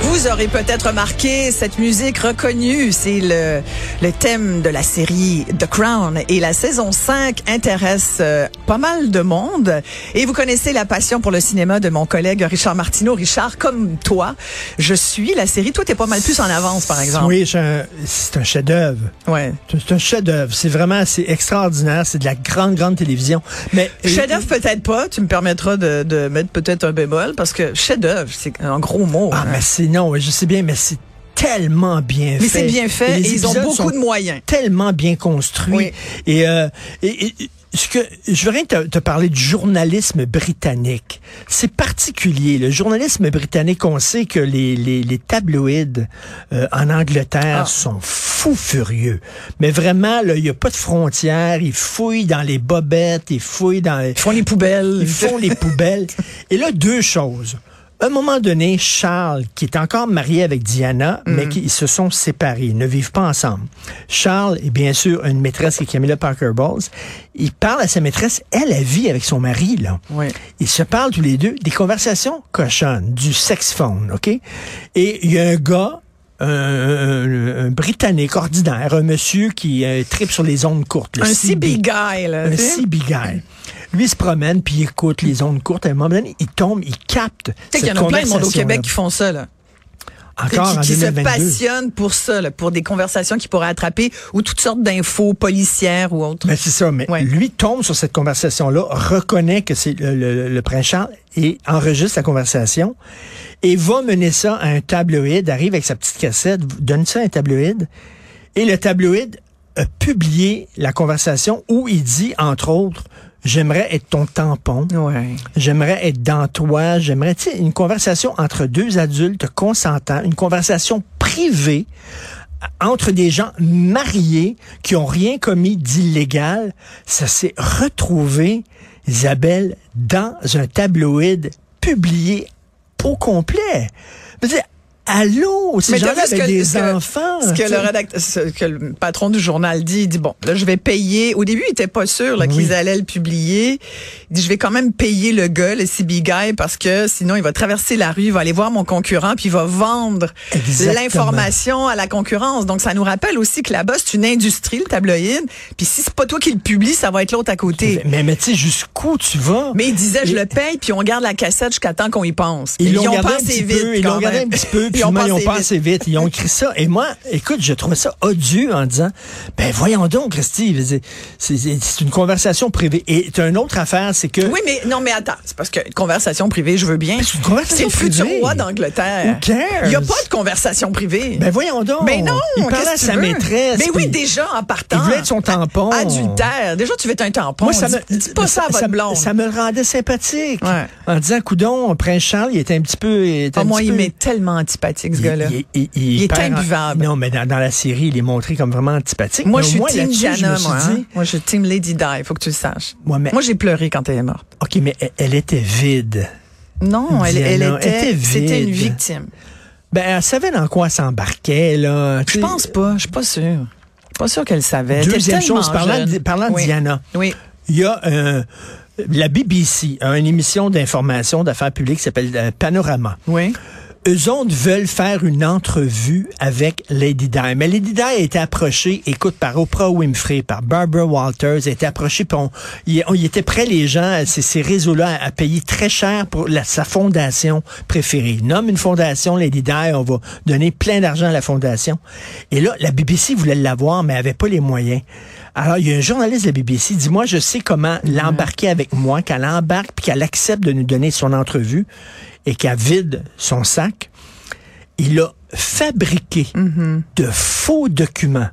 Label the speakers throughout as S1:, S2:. S1: Vous aurez peut-être remarqué cette musique reconnue. C'est le, le thème de la série The Crown. Et la saison 5 intéresse euh, pas mal de monde. Et vous connaissez la passion pour le cinéma de mon collègue Richard Martineau. Richard, comme toi, je suis la série. Toi, t'es pas mal plus en avance, par exemple.
S2: Oui, c'est un, c'est un chef-d'œuvre.
S1: Ouais.
S2: C'est c'est un chef-d'œuvre. C'est vraiment, c'est extraordinaire. C'est de la grande, grande télévision. Mais euh,
S1: Chef-d'œuvre, peut-être pas. Tu me permettras de, de mettre peut-être un bémol parce que chef-d'œuvre, c'est un gros mot.
S2: Ah,
S1: hein.
S2: mais c'est non, je sais bien, mais c'est tellement bien fait.
S1: Mais c'est bien fait
S2: Et
S1: et,
S2: les
S1: ils ont
S2: épisodes
S1: beaucoup
S2: sont
S1: de moyens.
S2: Tellement bien construits.
S1: Oui.
S2: Et, euh, et, et- ce que je veux rien te, te parler du journalisme britannique. C'est particulier. Le journalisme britannique, on sait que les, les, les tabloïds euh, en Angleterre
S1: Ah.
S2: sont fous furieux. Mais vraiment, là, il n'y a pas de frontières. Ils fouillent dans les bobettes, ils fouillent dans les...
S1: Ils font les poubelles.
S2: Ils font les poubelles. Et là, deux choses. À un moment donné, Charles, qui est encore marié avec Diana,
S1: Mm.
S2: mais qui ils se sont séparés, ils ne vivent pas ensemble. Charles est bien sûr une maîtresse qui est Camilla Parker Bowles. Il parle à sa maîtresse, elle, elle vit avec son mari, là.
S1: Oui.
S2: Ils se parlent tous les deux des conversations cochonnes, du sexphone, OK? Et il y a un gars, un, un- un Britannique ordinaire, un monsieur qui euh, tripe sur les ondes courtes. le
S1: Un si
S2: CB.
S1: big guy, là.
S2: Un
S1: tu sais.
S2: si big guy. Lui il se promène puis il écoute les ondes courtes. À un moment donné, il tombe, il capte.
S1: Tu sais qu'il y en
S2: cette
S1: a plein de monde au
S2: conversation-là.
S1: Québec qui font ça, là.
S2: Encore
S1: qui,
S2: en
S1: qui se
S2: 2022.
S1: passionnent pour ça, là, pour des conversations qu'ils pourraient attraper ou toutes sortes d'infos policières ou autres.
S2: Mais Ben, c'est ça. Mais
S1: Ouais.
S2: lui tombe sur cette conversation-là, reconnaît que c'est le, le- le prince Charles et enregistre la conversation et va mener ça à un tabloïd. Arrive avec sa petite cassette, donne ça à un tabloïd et le tabloïd a publié la conversation où il dit entre autres, j'aimerais être ton tampon.
S1: Ouais.
S2: J'aimerais être dans toi. J'aimerais, tu sais, une conversation entre deux adultes consentants, une conversation privée entre des gens mariés qui ont rien commis d'illégal. Ça s'est retrouvé, Isabelle, dans un tabloïd publié au complet. Je veux dire, allô, ces
S1: Mais t'as
S2: gens-là
S1: vu ce
S2: avec
S1: que-
S2: des
S1: ce que-
S2: enfants.
S1: Ce que,
S2: tu
S1: le
S2: sais.
S1: rédacteur- ce que le patron du journal dit, il dit bon, là je vais payer. Au début, il était pas sûr là, qu'ils
S2: Oui.
S1: allaient le publier. Il dit je vais quand même payer le gars, le CB guy, parce que sinon il va traverser la rue, il va aller voir mon concurrent, puis il va vendre
S2: Exactement.
S1: l'information à la concurrence. Donc ça nous rappelle aussi que là-bas c'est une industrie le tabloïd. Puis si c'est pas toi qui le publie, ça va être l'autre à côté.
S2: mais, mais tu sais, jusqu'où tu vas?
S1: Mais il disait, je
S2: Et-
S1: le paye, puis on garde la cassette jusqu'à temps qu'on y pense.
S2: Ils l'ont
S1: ont
S2: gardé un
S1: pensé
S2: petit
S1: vite,
S2: peu, ils
S1: quand
S2: l'ont gardé un
S1: même.
S2: petit peu, puis
S1: Ils ont
S2: finalement, ils ont
S1: pensé
S2: pas
S1: vite.
S2: assez vite. Ils ont écrit ça. Et moi, écoute, je trouvais ça odieux en disant, ben voyons donc, Christy, je veux dire, c'est c'est- c'est une conversation privée. Et t'as une autre affaire, c'est que...
S1: Oui, mais non, mais attends, c'est parce que conversation privée, je veux bien.
S2: Ben, c'est une conversation
S1: C'est le futur
S2: privée.
S1: roi d'angleterre.
S2: Who cares?
S1: Il n'y a pas de conversation privée.
S2: Ben voyons donc.
S1: Mais non,
S2: Il parlait
S1: qu'est-ce
S2: à
S1: que tu
S2: sa
S1: veux?
S2: maîtresse.
S1: Mais oui,
S2: puis-
S1: déjà en partant.
S2: il voulait être son tampon.
S1: Adultère. Déjà, tu veux être un tampon.
S2: Moi, ça me,
S1: Dis- dis pas ça, à votre
S2: me-
S1: blonde.
S2: ça me le rendait sympathique.
S1: Ouais.
S2: En disant, coudon, Prince Charles, il était un petit peu... il était
S1: Ah,
S2: un
S1: moi,
S2: petit
S1: il
S2: peu-
S1: m'est tellement antipathique, ce gars-là.
S2: il- il-
S1: Il est
S2: perd en-
S1: imbuvable.
S2: Non, mais dans, dans la série, il est montré comme vraiment antipathique.
S1: Moi,
S2: Mais
S1: je
S2: au
S1: suis
S2: moins,
S1: team
S2: là-dessus, je me
S1: Jana,
S2: suis
S1: moi. hein.
S2: dit,
S1: Moi, je suis team Lady Di, faut que tu le saches.
S2: Ouais, mais-
S1: Moi, j'ai pleuré quand elle est morte.
S2: OK, mais elle, elle était vide.
S1: Non, elle, elle
S2: Diana
S1: était,
S2: était
S1: c'était une
S2: vide.
S1: victime.
S2: Ben, elle savait dans quoi elle s'embarquait, là.
S1: Je pense pas, je suis pas sûre. Je suis Pas sûre qu'elle savait. Elle était
S2: Deuxième
S1: tellement
S2: chose, parlant
S1: jeune.
S2: de- parlant de
S1: Oui.
S2: Diana.
S1: Oui.
S2: Il y a euh, la BBC, a une émission d'information d'affaires publiques qui s'appelle euh, Panorama.
S1: Oui.
S2: Eux autres veulent faire une entrevue avec Lady Di. Mais Lady Di a été approchée, écoute, par Oprah Winfrey, par Barbara Walters, a été approchée, puis on, il, on- il était prêt, les gens, ces, ces réseaux-là, à, à payer très cher pour la- sa fondation préférée. Nomme une fondation, Lady Di, on va donner plein d'argent à la fondation. Et là, la BBC voulait l'avoir, mais avait pas les moyens. Alors, il y a un journaliste de la BBC, dit, moi, je sais comment l'embarquer avec moi, qu'elle embarque, puis qu'elle accepte de nous donner son entrevue, et qu'elle vide son sac. Il a fabriqué de faux documents.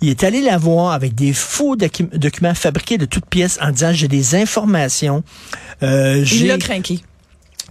S2: Il est allé la voir avec des faux docu- documents fabriqués de toutes pièces en disant, j'ai des informations. euh,
S1: Il
S2: j'ai-
S1: l'a craqué.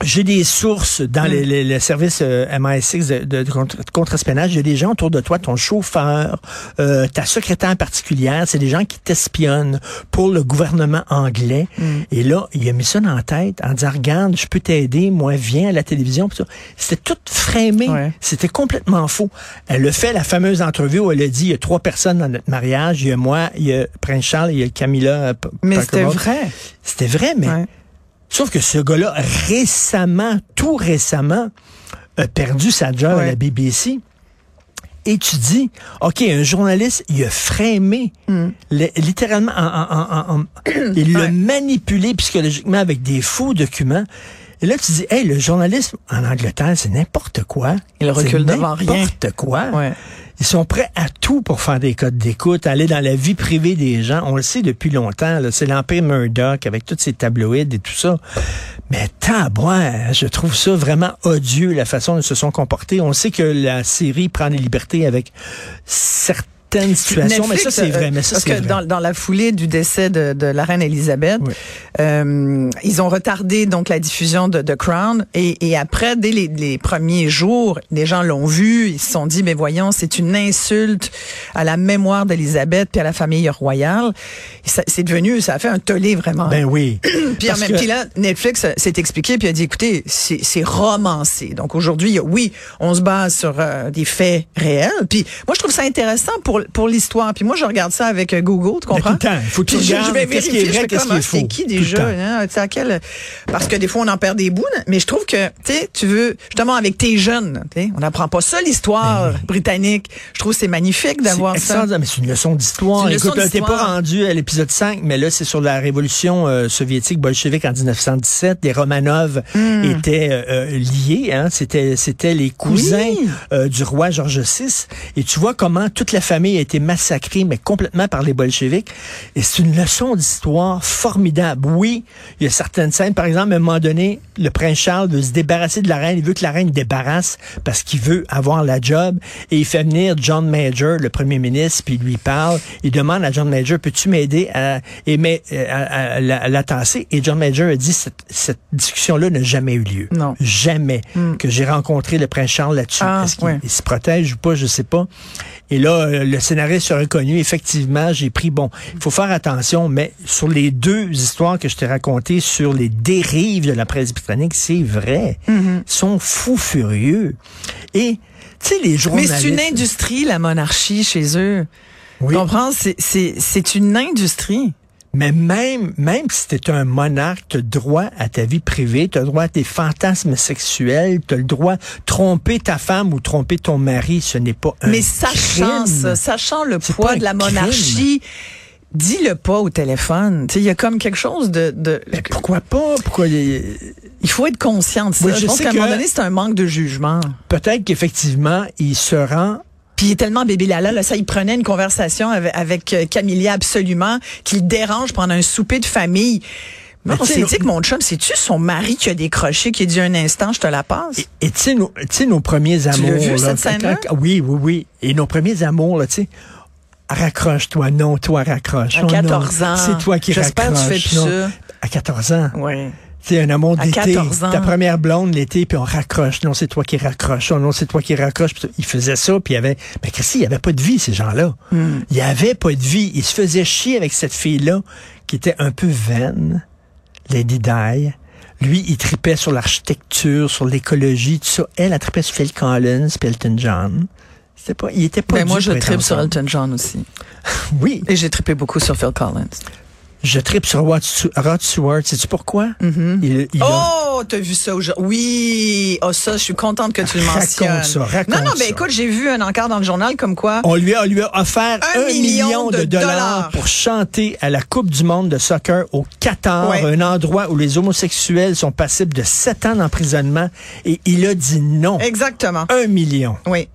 S2: j'ai des sources
S1: Mm.
S2: dans les- les- le service euh, MI6 de, de- de contre- de contre-espionnage. J'ai des gens autour de toi, ton chauffeur, euh, ta secrétaire particulière. C'est des gens qui t'espionnent pour le gouvernement anglais.
S1: Mm.
S2: Et là, il a mis ça dans la tête en disant, regarde, je peux t'aider, moi, viens à la télévision. Puis ça. C'était tout framé.
S1: Ouais.
S2: C'était complètement faux. Elle a fait la fameuse entrevue où elle a dit, il y a trois personnes dans notre mariage. Il y a moi, il y a Prince Charles, il y a Camilla. euh, P-
S1: Mais
S2: Parker
S1: c'était
S2: Bowles.
S1: vrai.
S2: C'était vrai, mais...
S1: Ouais.
S2: Sauf que ce gars-là, récemment, tout récemment, a perdu sa job à
S1: Ouais.
S2: la BBC. Et tu dis, OK, un journaliste, il a frémé, le- littéralement, en- en- en- en- en- il l'a
S1: Mm. Ouais.
S2: manipulé psychologiquement avec des faux documents. Et là, tu dis, hey, le journalisme en Angleterre, c'est n'importe quoi.
S1: Il
S2: C'est
S1: recule devant rien.
S2: N'importe quoi.
S1: Ouais.
S2: Ils sont prêts à tout pour faire des codes d'écoute, aller dans la vie privée des gens. On le sait depuis longtemps. là. C'est l'Empire Murdoch avec tous ces tabloïds et tout ça. Mais tabouin, je trouve ça vraiment odieux, la façon dont ils se sont comportés. On sait que la série prend des libertés avec certaines situations. mais ça,
S1: Netflix,
S2: c'est
S1: euh,
S2: vrai. Mais ça,
S1: parce
S2: c'est
S1: que
S2: vrai.
S1: Dans, dans la foulée du décès de, de la reine Elisabeth,
S2: Oui.
S1: euh, ils ont retardé donc la diffusion de The Crown et, et après, dès les, les premiers jours, les gens l'ont vu, ils se sont dit, mais voyons, c'est une insulte à la mémoire d'Elisabeth puis à la famille royale. Et ça- C'est devenu, ça a fait un tollé vraiment.
S2: Ben oui.
S1: Puis, en
S2: Parce
S1: même-
S2: que-
S1: puis là, Netflix euh, s'est expliqué puis a dit, écoutez, c'est c'est romancé. Donc aujourd'hui, il y a- oui, on se base sur euh, des faits réels. Puis moi, je trouve ça intéressant pour pour l'histoire. Puis moi, je regarde ça avec euh, Google, tu
S2: Mais tout
S1: comprends
S2: le temps, il faut que tu
S1: Puis je-
S2: regardes
S1: je vais
S2: qu'est-ce qui est
S1: vérifier,
S2: vrai,
S1: je fais
S2: qu'est-ce qui est
S1: comment,
S2: faux.
S1: C'est qui
S2: Tout le temps.
S1: déjà hein, tu sais, à quel- Parce que des fois, on en perd des bouts. Mais je trouve que tu sais, tu veux justement avec tes jeunes, tu sais, on n'apprend pas ça l'histoire britannique. Je trouve que c'est magnifique d'avoir
S2: C'est
S1: ça.
S2: extraordinaire, mais c'est une leçon d'histoire.
S1: C'est une
S2: Écoute,
S1: leçon
S2: là, t'es pas
S1: d'histoire.
S2: rendu à l'épisode 5, mais là, c'est sur la révolution euh, soviétique bolchevique en 1917. Les Romanov
S1: Hmm.
S2: étaient euh, euh, liés. Hein? C'était, c'était les cousins euh, du roi George VI. Et tu vois comment toute la famille a été massacrée, mais complètement par les bolcheviques. Et c'est une leçon d'histoire formidable. Oui, il y a certaines scènes. Par exemple, à un moment donné, le prince Charles veut se débarrasser de la reine. Il veut que la reine débarrasse parce qu'il veut avoir la job. Et il fait venir John Major, le premier ministre, puis il lui parle. Il demande à John Major, peux-tu m'aider à, aimer- à- à- à la, à la tasser? Et John Major a dit, cette, cette discussion-là n'a jamais eu lieu.
S1: Non.
S2: Jamais que j'ai rencontré le prince Charles là-dessus.
S1: Ah,
S2: Est-ce qu'il
S1: ouais.
S2: il se protège ou pas? Je sais pas. Et là, euh, le scénariste a reconnu, effectivement, j'ai pris, bon, il faut faire attention, mais sur les deux histoires que je t'ai racontées sur les dérives de la presse britannique, c'est vrai.
S1: Mm-hmm.
S2: Ils sont fous furieux. Et, tu sais, les
S1: Mais
S2: journalistes...
S1: c'est une industrie la monarchie chez eux.
S2: Oui.
S1: Tu comprends C'est- c'est c'est une industrie.
S2: Mais même, même si t'es un monarque, t'as le droit à ta vie privée, t'as le droit à tes fantasmes sexuels, t'as le droit tromper ta femme ou tromper ton mari, ce n'est pas un
S1: Mais sachant
S2: crime.
S1: ça, sachant le
S2: C'est pas
S1: poids
S2: un
S1: de la monarchie, dis-le pas au téléphone. Tu sais, Il y a comme quelque chose de... de-
S2: Ben, Pourquoi pas? Pourquoi les-
S1: il faut être conscient de ça.
S2: Oui, je
S1: je pense
S2: sais
S1: qu'à un
S2: que-
S1: moment donné, c'est un manque de jugement.
S2: Peut-être qu'effectivement, il se rend
S1: Puis il est tellement bébé Lala, là, ça, il prenait une conversation avec, avec euh, Camilla absolument, qu'il dérange pendant un souper de famille.
S2: Mais
S1: Moi, on
S2: tu sais,
S1: s'est
S2: nous-
S1: dit que mon chum, c'est-tu son mari qui a décroché, qui a dit un instant, je te la passe?
S2: Et tu sais, nos, tu sais, nos premiers amours.
S1: l'as vu,
S2: là,
S1: cette
S2: quand-
S1: scène-là?
S2: quand- Oui, oui, oui. Et nos premiers amours, là, tu sais. Raccroche-toi, non, toi raccroche.
S1: À
S2: Oh non,
S1: 14 ans.
S2: C'est toi qui raccroche.
S1: J'espère que tu fais plus ça.
S2: À 14 ans.
S1: Oui.
S2: Tu sais, un amour
S1: À
S2: d'été.
S1: 14 ans.
S2: Ta première blonde l'été, puis on raccroche. Non, c'est toi qui raccroche. Oh non, c'est toi qui raccroche. Puis il faisait ça, puis il y avait. Mais Christy, il n'y avait pas de vie, ces gens-là.
S1: Hmm.
S2: Il n'y avait pas de vie. Il se faisait chier avec cette fille-là, qui était un peu vaine, Lady Di. Lui, il tripait sur l'architecture, sur l'écologie, tout ça. Elle, elle tripait sur Phil Collins, puis Elton John. C'était pas, il était pas
S1: Mais Ben, moi,
S2: dû
S1: je
S2: pour être
S1: tripe sur
S2: ensemble.
S1: Elton John aussi.
S2: Oui.
S1: Et j'ai trippé beaucoup sur Phil Collins.
S2: Je tripe sur Rod Stew- Rod Stewart. Sais-tu pourquoi? Il- il a-
S1: Mm-hmm. Oh, t'as vu ça aujourd'hui? Oui! Oh, ça, je suis contente que tu le
S2: Raconte
S1: mentionnes.
S2: ça, raconte
S1: non, non,
S2: ça.
S1: ben écoute, j'ai vu un encart dans le journal comme quoi.
S2: On lui, a, on lui a offert
S1: Un
S2: un million,
S1: million
S2: de,
S1: de
S2: dollars,
S1: dollars.
S2: pour chanter à la Coupe du monde de soccer au Qatar,
S1: Ouais.
S2: un endroit où les homosexuels sont passibles de sept ans d'emprisonnement, et il a dit non.
S1: Exactement.
S2: Un million.
S1: Oui.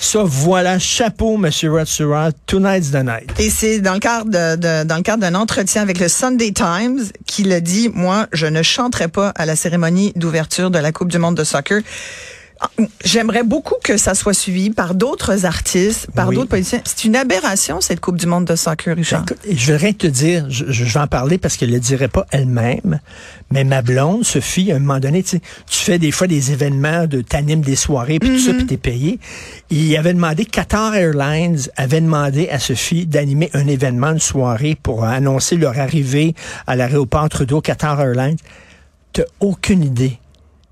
S2: Ça, voilà, chapeau, Monsieur Rod Stewart, tonight's the night.
S1: Et c'est dans le cadre de, de- dans le cadre d'un entretien avec le Sunday Times qu'il a dit, moi, je ne chanterai pas à la cérémonie d'ouverture de la Coupe du monde de soccer. Ah, J'aimerais beaucoup que ça soit suivi par d'autres artistes, par
S2: Oui.
S1: d'autres politiciens. C'est une aberration, cette Coupe du Monde de soccer, Richard.
S2: Écoute, je vais rien te dire, je, je- je vais en parler parce qu'elle ne le dirait pas elle-même, mais ma blonde, Sophie, à un moment donné, tu sais, tu fais des fois des événements, de, t'animes des soirées, puis tout ça, puis t'es payé. Il avait demandé, Qatar Airlines avait demandé à Sophie d'animer un événement, une soirée pour annoncer leur arrivée à l'aéroport Trudeau, Qatar Airlines. T'as aucune idée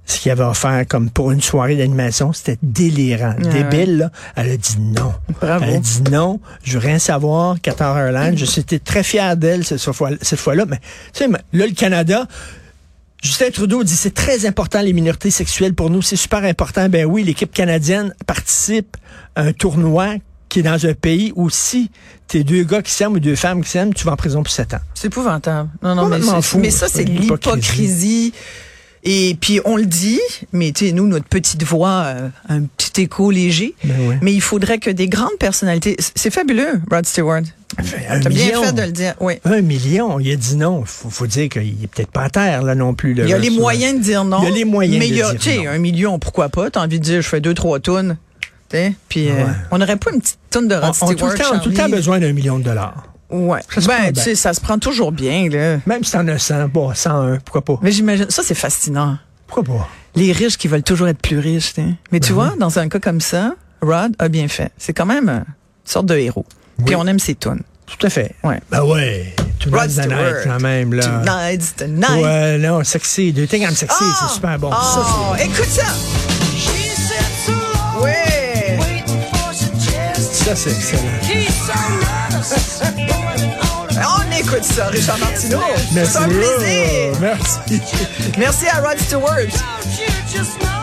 S2: ce qu'il avait offert comme pour une soirée d'animation, c'était délirant, débile. Là. Elle a dit non.
S1: Bravo.
S2: Elle a dit non, je veux rien savoir, 14 Airlines. Je J'étais très fier d'elle cette fois- cette fois-là. mais tu sais, mais là, le Canada, Justin Trudeau dit c'est très important les minorités sexuelles pour nous, c'est super important. Ben oui, l'équipe canadienne participe à un tournoi qui est dans un pays où si t'es deux gars qui s'aiment ou deux femmes qui s'aiment, tu vas en prison pour sept ans.
S1: C'est épouvantable. Non, non, mais,
S2: Complètement
S1: c'est-
S2: fou,
S1: mais ça, c'est de
S2: l'hypocrisie.
S1: l'hypocrisie. Et puis, on le dit, mais tu sais, nous, notre petite voix, euh, un petit écho léger.
S2: Ben ouais.
S1: Mais il faudrait que des grandes personnalités. c- C'est fabuleux, Rod Stewart.
S2: Ben, Un
S1: T'as bien
S2: million.
S1: fait de le dire. Oui.
S2: Un million, il a dit non. Faut, faut dire qu'il est peut-être pas à terre là non plus. le
S1: Il y a les
S2: Russell.
S1: moyens de dire non.
S2: Il y a les moyens
S1: Mais
S2: de
S1: il y a,
S2: dire
S1: tu sais,
S2: non.
S1: un million, pourquoi pas? T'as envie de dire, je fais deux, trois tonnes. Puis, euh,
S2: Ben Ouais.
S1: on n'aurait pas une petite tonne de
S2: On, on
S1: Rod
S2: tout le
S1: Stewart.
S2: temps- on a tout le temps
S1: Charlie?
S2: besoin d'un million de dollars.
S1: Ouais.
S2: se prend
S1: Ben, tu
S2: bien.
S1: sais, ça se prend toujours bien, là.
S2: Même si t'en as 100, bon, 101, pourquoi pas?
S1: Mais j'imagine, ça, c'est fascinant.
S2: Pourquoi pas?
S1: les riches qui veulent toujours être plus riches. t'sais. Mais
S2: Mhm.
S1: tu vois, dans un cas comme ça, Rod a bien fait. C'est quand même euh, une sorte de héros. Puis on aime ses tunes.
S2: Tout à fait.
S1: Ouais.
S2: Ben ouais. Tout le monde en aide quand même, là.
S1: Tonight, tonight.
S2: Ouais, non, sexy. Deux things, I'm sexy,
S1: Ah!
S2: c'est super bon. Ah!
S1: Oh, écoute ça. Ouais.
S2: Ça, c'est excellent.
S1: On écoute ça, Richard Martineau.
S2: Merci.
S1: C'est un plaisir.
S2: Merci.
S1: Merci à Rod Stewart.
S3: Don't you just know?